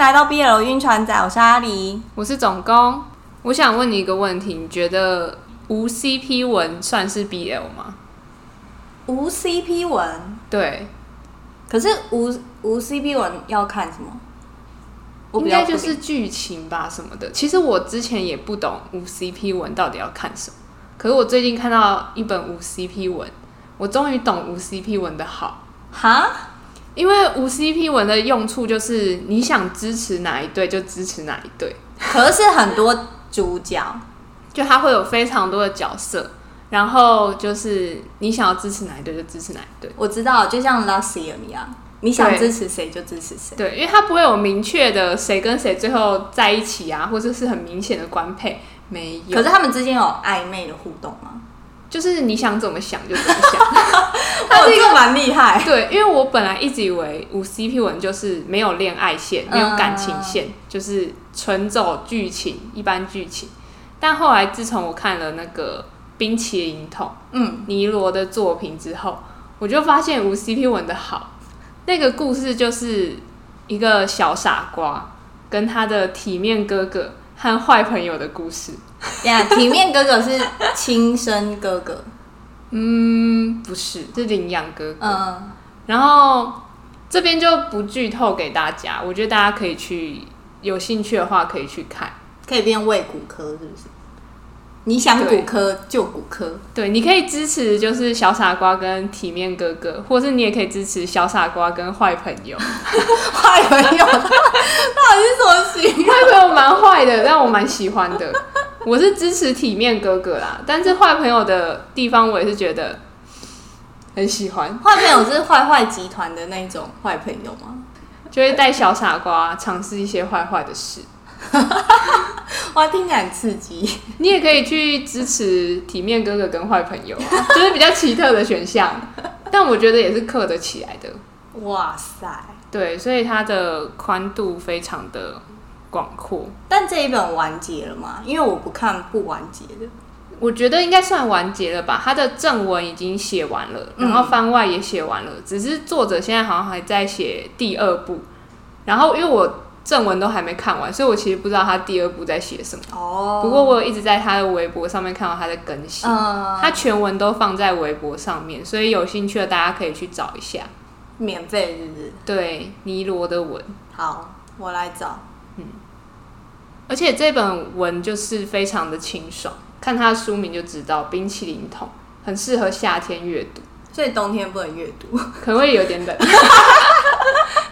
来到 BL 晕船仔，我是阿狸。我是总工，我想问你一个问题，你觉得无 CP 文算是 BL 吗？无 CP 文，对，可是无无 CP 文要看什么？我应比较该就不是剧情吧什么的。其实我之前也不懂无 CP 文到底要看什么，可是我最近看到一本无 CP 文，我终于懂无 CP 文的好。哈，因为无 CP 文的用处就是你想支持哪一对就支持哪一对，可是很多主角， 就它会有非常多的角色，然后就是你想要支持哪一对就支持哪一对。我知道，就像 Lucian 一样，你想对支持谁就支持谁。对，因为它不会有明确的谁跟谁最后在一起啊，或者是很明显的官配，没有。可是他们之间有暧昧的互动吗？就是你想怎么想就怎么想。它哦是一这个蛮厉害。 对，因为我本来一直以为五 CP 文就是没有恋爱线，没有感情线，就是纯走剧情，一般剧情。但后来自从我看了那个《冰淇淋桶》嗯，尼罗的作品之后，我就发现无 CP 文的好。那个故事就是一个小傻瓜跟他的体面哥哥和坏朋友的故事。 呀，体面哥哥是亲生哥哥，嗯，不是，是领养哥哥。嗯，然后这边就不剧透给大家，我觉得大家可以去有兴趣的话可以去看。可以变胃骨科是不是？你想骨对科就骨 科，对，你可以支持就是小傻瓜跟体面哥哥，或是你也可以支持小傻瓜跟坏朋友。坏朋友， 到底是什么型？坏朋友蛮坏的，但我蛮喜欢的。我是支持体面哥哥啦，但是坏朋友的地方我也是觉得很喜欢，坏朋友是坏坏集团的那种坏朋友吗？就会带小傻瓜尝试一些坏坏的事。哇，听起来很刺激。你也可以去支持体面哥哥跟坏朋友、啊， 就是比较奇特的选项，但我觉得也是刻得起来的。哇塞！对，所以它的宽度非常的广阔，但这一本完结了吗？因为我不看不完结的。我觉得应该算完结了吧。它的正文已经写完了，嗯然后番外也写完了，只是作者现在好像还在写第二部。然后因为我正文都还没看完，所以我其实不知道他第二部在写什么。哦不过我有一直在他的微博上面看到他在更新。嗯，它全文都放在微博上面，所以有兴趣的大家可以去找一下。免费是不是？对，尼罗的文，好，我来找。而且这本文就是非常的清爽，看它的书名就知道，冰淇淋桶很适合夏天阅读，所以冬天不能阅读。可能会有点冷。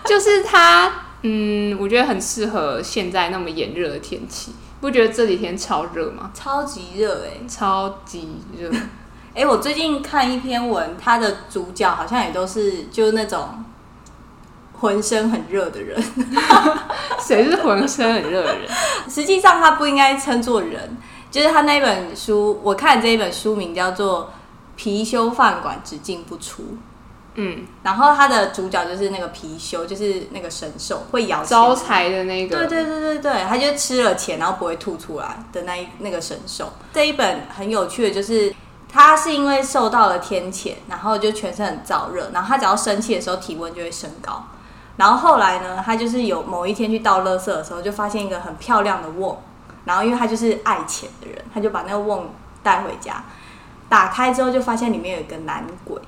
就是它，嗯，我觉得很适合现在那么炎热的天气，不觉得这几天超热吗？超级热哎、欸！超级热，哎、我最近看一篇文，它的主角好像也都是就是那种浑身很热的人。谁是浑身很热的人？ 实际上，他不应该称作人，就是他那本书，我看这一本书名叫做《貔貅饭馆只进不出》，嗯，然后他的主角就是那个貔貅，就是那个神兽会咬钱招财的那个，对对对对对，他就吃了钱，然后不会吐出来的那一那个神兽。这一本很有趣的就是，他是因为受到了天谴，然后就全身很燥热，然后他只要生气的时候，体温就会升高。然后后来呢，他就是有某一天去倒垃圾的时候，就发现一个很漂亮的瓮，然后因为他就是爱钱的人，他就把那个瓮带回家，打开之后就发现里面有一个男鬼。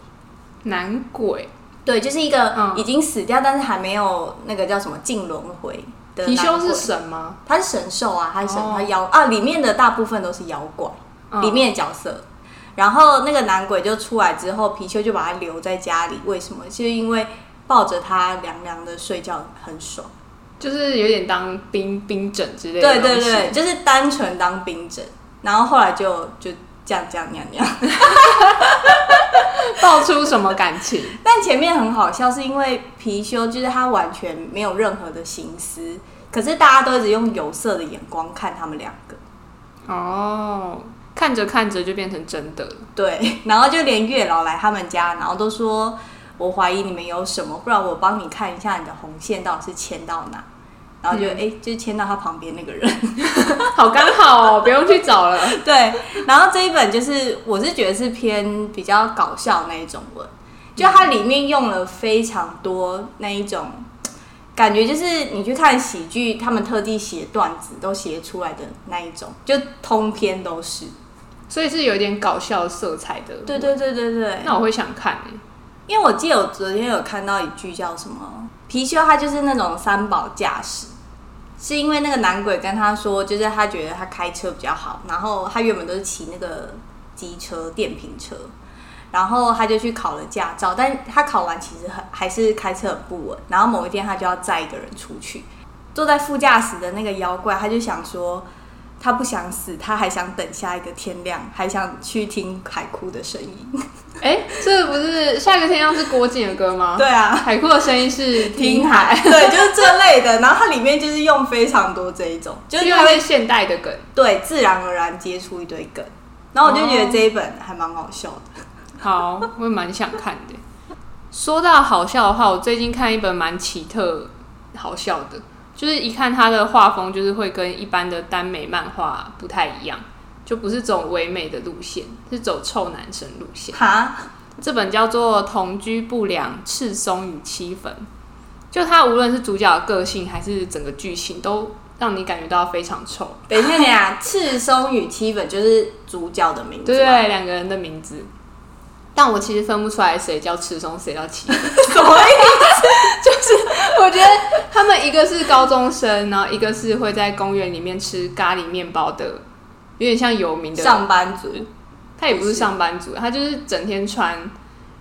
男鬼，对，就是一个嗯已经死掉，但是还没有那个叫什么进轮回的貔貅男鬼是神吗？他是神兽啊，他是神，哦他妖啊，里面的大部分都是妖怪，嗯里面的角色。然后那个男鬼就出来之后，貔貅就把他留在家里，为什么？就是因为抱着他凉凉的睡觉很爽。就是有点当兵兵整之类的。对对对，，就是单纯当兵枕。然后后来就就这样这样那样那样。爆出什么感 情？ 但前面很好笑，是因为貔貅就是他完全没有任何的心思，可是大家都一直用有色的眼光看他们两个。哦，看着看着就变成真的了。对， 然后就连月老来他们家，然后都说我怀疑你们有什么，不然我帮你看一下你的红线到底是牵到哪。然后就哎、诶就牵到他旁边那个人。 好刚好哦，不用去找了。对，然后这一本就是我是觉得是偏比较搞笑那一种文，就它里面用了非常多那一种感觉就是你去看喜剧，他们特地写段子都写出来的那一种，就通篇都是。所以是有点搞笑色彩的。对对对对对。那我会想看诶、因为我记得我昨天有看到一句叫什么貔貅，他就是那种三宝驾驶，是因为那个男鬼跟他说，就是他觉得他开车比较好，然后他原本都是骑那个机车电瓶车，然后他就去考了驾照，但他考完其实很还是开车很不稳，然后某一天他就要载一个人出去，坐在副驾驶的那个妖怪，他就想说。他不想死，他还想等下一个天亮，还想去听海哭的声音。哎、这不是下一个天亮是郭靖的歌吗？对啊，海阔的声音是听海， 对，就是这类的。然后它里面就是用非常多这一种，就是因它为会是现代的梗。对自然而然接出一堆梗。然后我就觉得这一本还蛮好笑的，好，我也蛮想看的。说到好笑的话，我最近看一本蛮奇特好笑的，就是一看它的画风，就是会跟一般的耽美漫画不太一样，就不是走唯美的路线，是走臭男生路线。哈，这本叫做《同居不良：赤松与七分》，就它无论是主角的个性还是整个剧情，都让你感觉到非常臭。等一下，等一下，赤松与七本就是主角的名字，对，对，两个人的名字。但我其实分不出来谁叫赤松，谁叫七分。 所以 我觉得他们一个是高中生，然后一个是会在公园里面吃咖喱面包的，有点像游民的上班族他也不是上班族，他就是整天穿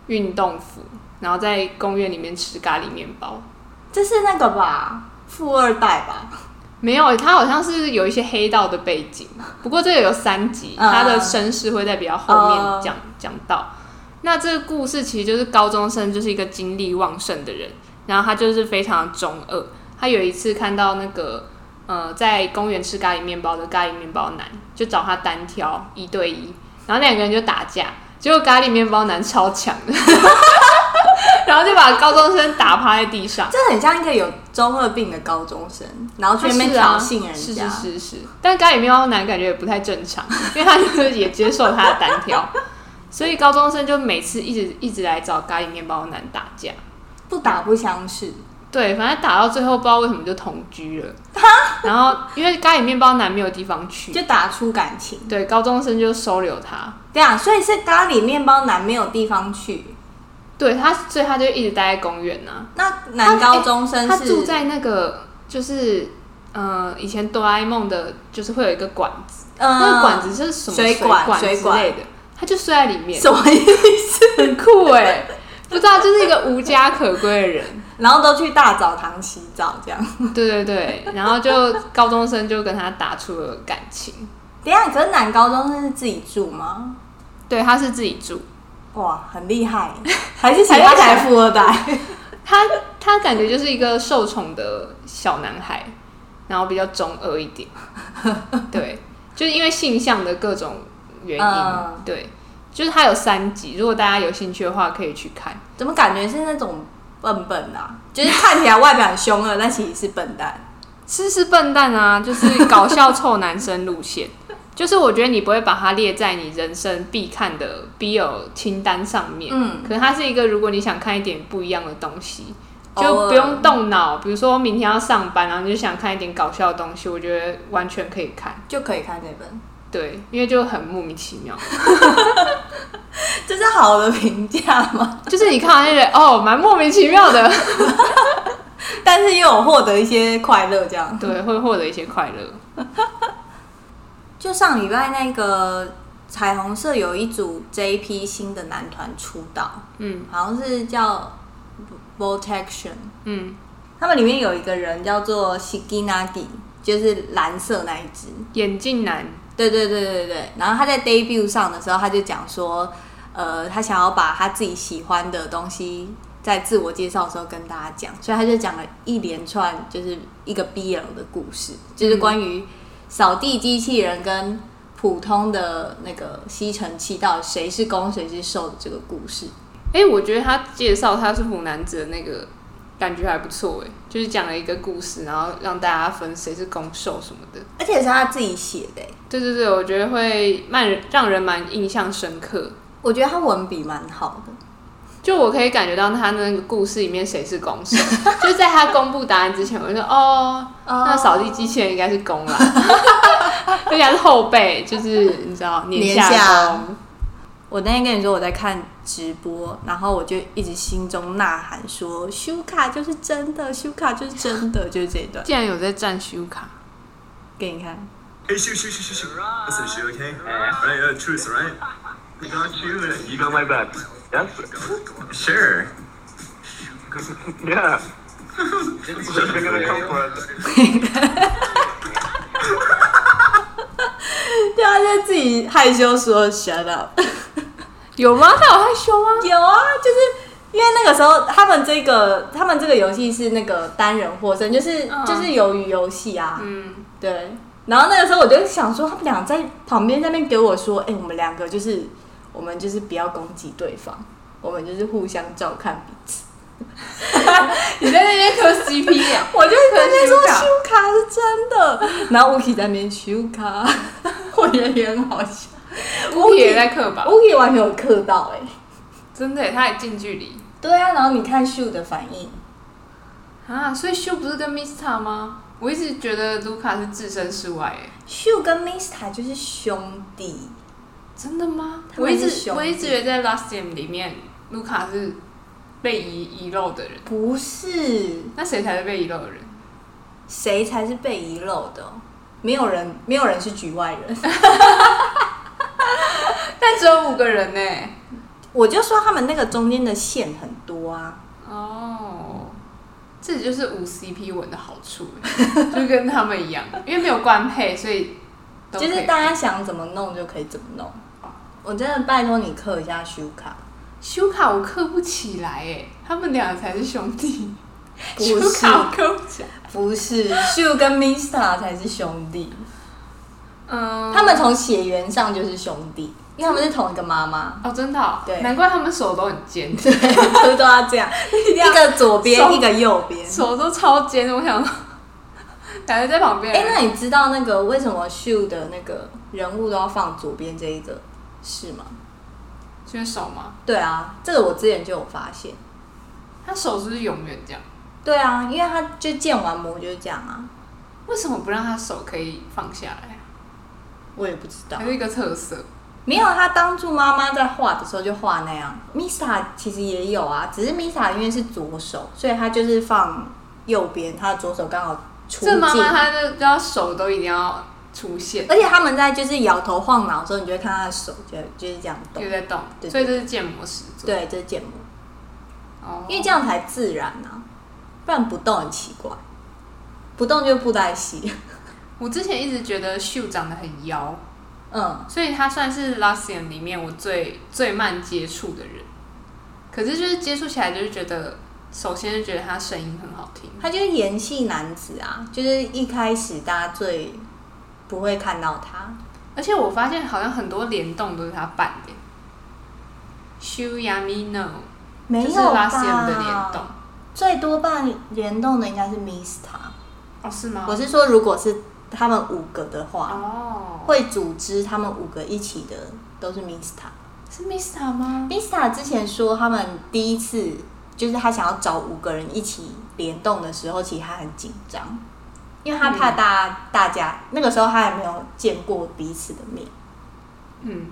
运动服，然后在公园里面吃咖喱面包。这是那个吧，富二代吧，没有，他好像是有一些黑道的背景，不过这个有三集，嗯他的身世会在比较后面嗯讲讲到。那这个故事其实就是高中生就是一个精力旺盛的人，然后他就是非常中二。他有一次看到那个呃在公园吃咖喱面包的咖喱面包男，就找他单挑一对一，然后两个人就打架，结果咖喱面包男超强的，然后就把高中生打趴在地上。这很像一个有中二病的高中生，然后去那边是啊挑衅人家，是是是是，但咖喱面包男感觉也不太正常， 因为他就是也接受他的单挑，所以高中生就每次一直一直来找咖喱面包男打架。不打不相识，对，反正打到最后不知道为什么就同居了。然后因为咖喱面包男没有地方去，就打出感情。对，高中生就收留他。对啊，所以是咖喱面包男没有地方去，对他，所以他就一直待在公园呐、那男高中生他是住在那个就是呃，以前哆啦 A 梦的，就是会有一个管子，嗯那个管子是什么水管管之水管类的，他就睡在里面。什么意思？ 很酷哎、不知道，就是一个无家可归的人。然后都去大澡堂洗澡这样。对对对，然后就高中生就跟他打出了感情。等一下，可是男高中生是自己住吗？对，他是自己住，哇，很厉害， 还是其他才富二代？他他感觉就是一个受宠的小男孩，然后比较中二一点。对，就是因为性向的各种原因，嗯对，就是他有三集，如果大家有兴趣的话，可以去看。怎么感觉是那种笨笨的、啊？就是看起来外表很凶恶，但其实是笨蛋。是是笨蛋啊，就是搞笑臭男生路线。就是我觉得你不会把它列在你人生必看的 BL 清单上面，嗯，可能它是一个如果你想看一点不一样的东西，偶尔就不用动脑。比如说明天要上班，然后你就想看一点搞笑的东西，我觉得完全可以看。就可以看这本，对，因为就很莫名其妙，这是好的评价吗？ 就是你看完就觉得哦，蛮莫名其妙的， 但是又有获得一些快乐，这样。对，会获得一些快乐。就上礼拜那个彩虹社有一组 JP 新的男团出道，嗯好像是叫 Voltaction，嗯，他们里面有一个人叫做 Shiginagi，就是蓝色那一只。眼镜男，对对对对对。然后他在 debut 上的时候，他就讲说，呃，他想要把他自己喜欢的东西在自我介绍的时候跟大家讲，所以他就讲了一连串就是一个 BL 的故事，就是关于扫地机器人跟普通的那个吸尘器到底谁是攻谁是受的这个故事。哎、我觉得他介绍他是湖南子的那个感觉还不错哎，就是讲了一个故事，然后让大家分谁是攻受什么的。而且是他自己写的欸、对对对，我觉得会蛮让人蛮印象深刻。我觉得他文笔蛮好的。就我可以感觉到他那个故事里面谁是公手， 就在他公布答案之前，我就说哦，那扫地机器人应该是公啦， 人家是后辈，就是你知道年年下公，我那天跟你说我在看直播，然后我就一直心中呐喊说：“修卡就是真的，修卡就是真的。”就是这一段 竟然有在占修卡，给你看。 Hey, shoot, shoot, shoot, shoot, shoot. Listen, she okay? Right, uh, truce, right? We got you, and you got my back. Yes? Sure. yeah. You're gonna come for us. 对啊，就自己害羞说 “shut up”。有吗？他有害羞吗？ 有啊，就是因为那个时候他们这个他们这个游戏是那个单人获胜，就是、嗯就是鱿鱼游戏啊。嗯，对。然后那个时候我就想说，他们俩在旁边在那边给我说：“哎、我们两个就是我们就是不要攻击对方，我们就是互相照看彼此。”你在那边磕啊 CP 呀、我就在那边说修卡修卡是真的，然后 Uki 在那边修卡， 我觉得也很好笑。乌也在刻吧？ Uki 完全有磕到哎、真的耶，他也近距离对啊，然后你看秀的反应，啊！所以秀不是跟 Mista 吗？我一直觉得卢卡是置身事外，哎，秀跟 Mista 就是兄弟，真的吗？他我们一是直兄弟我一直以为在 Last Game 里面，卢卡是被遗遗漏的人，不是那谁才是被遗漏的人？谁才是被遗漏的？没有人，没有人是局外人。但只有五个人呢。我就说他们那个中间的线很多啊。哦，这就是无 CP 文的好处耶， 就跟他们一样，因为没有官配，所以都就可是以大家想怎么弄就可以怎么弄。哦我真的拜托你刻一下修卡，修卡我刻不起来哎，他们俩才是兄弟。不修是卡我刻不起来。不是秀跟 Mista 才是兄弟，嗯，他们从血缘上就是兄弟，因为他们是同一个妈 妈，哦，真的哦、对难怪他们手都很尖， 对，就是都要这样，一个左边，手一个右边。手都超尖。我想说， 感觉在旁边。哎、那你知道那个为什么秀的那个人物都要放左边这一个是吗？就是手吗？对啊，这个我之前就有发现。他手是不是永远这样？对啊，因为他就建完模就是这样啊，为什么不让他手可以放下来啊？我也不知道还。是一个特色？没有，他当初妈妈在画的时候就画那样。Misa 其实也有啊，只是 Misa 因为是左手，所以他就是放右边，他的左手刚好出这镜。妈妈她就就要手都一定要出现，而且他们在就是摇头晃脑的时候，你就会看他的手就就是这样动又。在动，对所以这是建模始祖。，对，这是建模，哦，因为这样才自然啊，不然不动很奇怪，不动就是布袋戏。我之前一直觉得秀长得很妖，嗯，所以他算是 Lassian 里面我最最慢接触的人。可是就是接触起来，就是觉得，首先就觉得他声音很好听，他就是演戏男子啊，就是一开始大家最不会看到他，而且我发现好像很多联动都是他扮的。Shu Yamino 没就是有 Lassian 吧？的联动最多半联动的应该是 Mista。哦，是吗？我是说，如果是他们五个的话，哦，会组织他们五个一起的都是 Mista。是 Mista 吗？ Mista 之前说他们第一次就是他想要找五个人一起联动的时候，其实他很紧张，因为他怕嗯大家、大家那个时候他还没有见过彼此的面，嗯，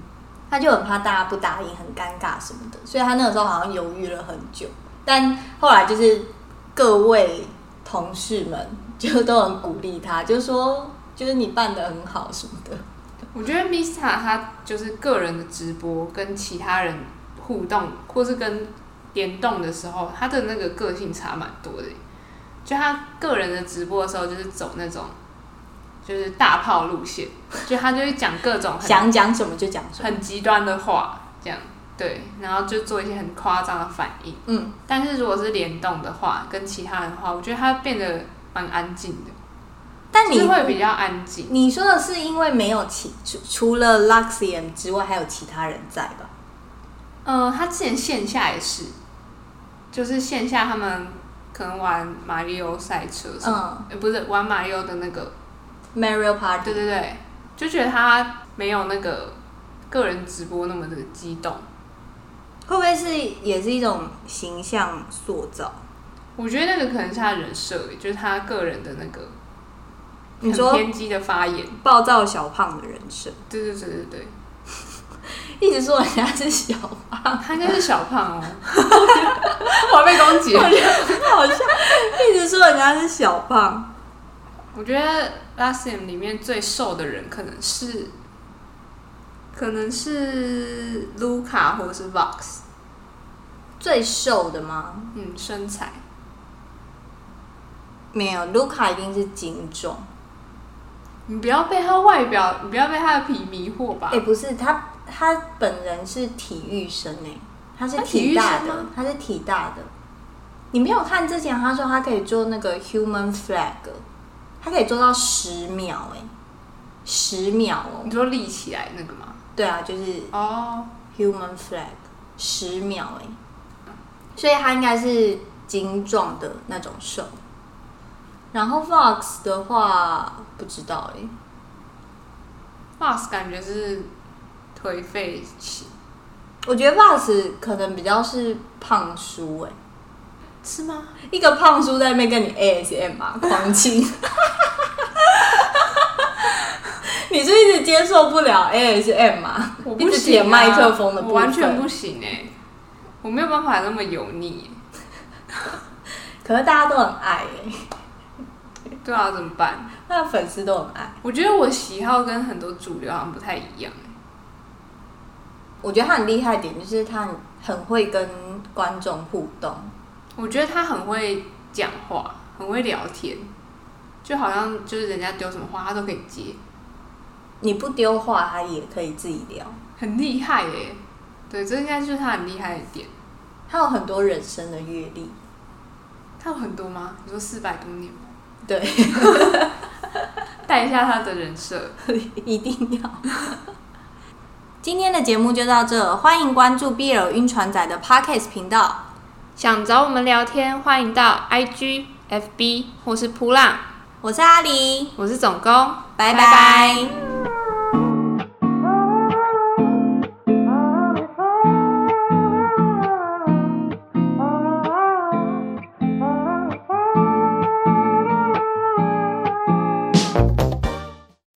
他就很怕大家不答应，很尴尬什么的，所以他那个时候好像犹豫了很久。但后来就是各位同事们就都很鼓励他，就说就是你办的很好什么的。我觉得 Mista 他就是个人的直播跟其他人互动，或是跟联动的时候，他的那个个性差蛮多的耶。就他个人的直播的时候，就是走那种就是大炮路线，就他就会讲各种 很想讲什么就讲什么。很极端的话，这样对，然后就做一些很夸张的反应。嗯，但是如果是联动的话，跟其他人的话，我觉得他变得蛮安静的，但就是你会比较安静。你说的是因为没有其除除了 Luxian 之外，还有其他人在吧？呃，他之前线下也是，就是线下他们可能玩马里奥赛车什么，嗯呃不是玩马里奥的那个， ，Mario Party 对对对，就觉得他没有那个个人直播那么的激动。会不会这是也是一种形象塑造。我觉得那个可能是他人设，就是他个人的那个你很说偏激的发言。暴躁小胖的人设，对对对对对，一直说人家是小胖，他应该是小胖哦， 我要被攻击了。 好像一直说人家是小胖。我觉得《Last Name》里面最瘦的人可能是，可能是卢卡或者是 Vox，最瘦的吗？嗯，身材没有，卢卡一定是精壮。你不要被他外表，你不要被他的皮迷惑吧。哎、不是他，他本人是体育生哎、他是他体体育大生的吗，他是体大的。你没有看之前，他说他可以做那个 human flag，他可以做到十秒哎、十秒哦、你说立起来那个吗？对啊，就是哦， human flag 十秒哎、所以他应该是精壮的那种瘦。然后 Vox 的话不知道哎、 Vox 感觉是颓废型，我觉得 Vox 可能比较是胖叔哎、是吗？一个胖叔在那边跟你 ASM 啊，狂亲， 你是一直接受不了 ASM 吗？我一不直行、啊，舔麦克风的部我分，完全不行哎、我没有办法那么油腻、可是大家都很爱哎、欸。对啊，怎么办？他的粉丝都很爱。我觉得我喜好跟很多主流好像不太一样、欸。我觉得他很厉害的点就是他很很会跟观众互动，我觉得他很会讲话，很会聊天，就好像就是人家丢什么话他都可以接，你不丢话他也可以自己聊。很厉害耶、对，这应该就是他很厉害的点。他有很多人生的阅历，他有很多吗？你说四百多年吗？对， 带一下他的人设，一定要。 今天的节目就到这，欢迎关注 BL 晕船仔的 Podcast 频道。想找我们聊天，欢迎到 IG、FB 或是扑浪。我是阿狸，我是总工，拜拜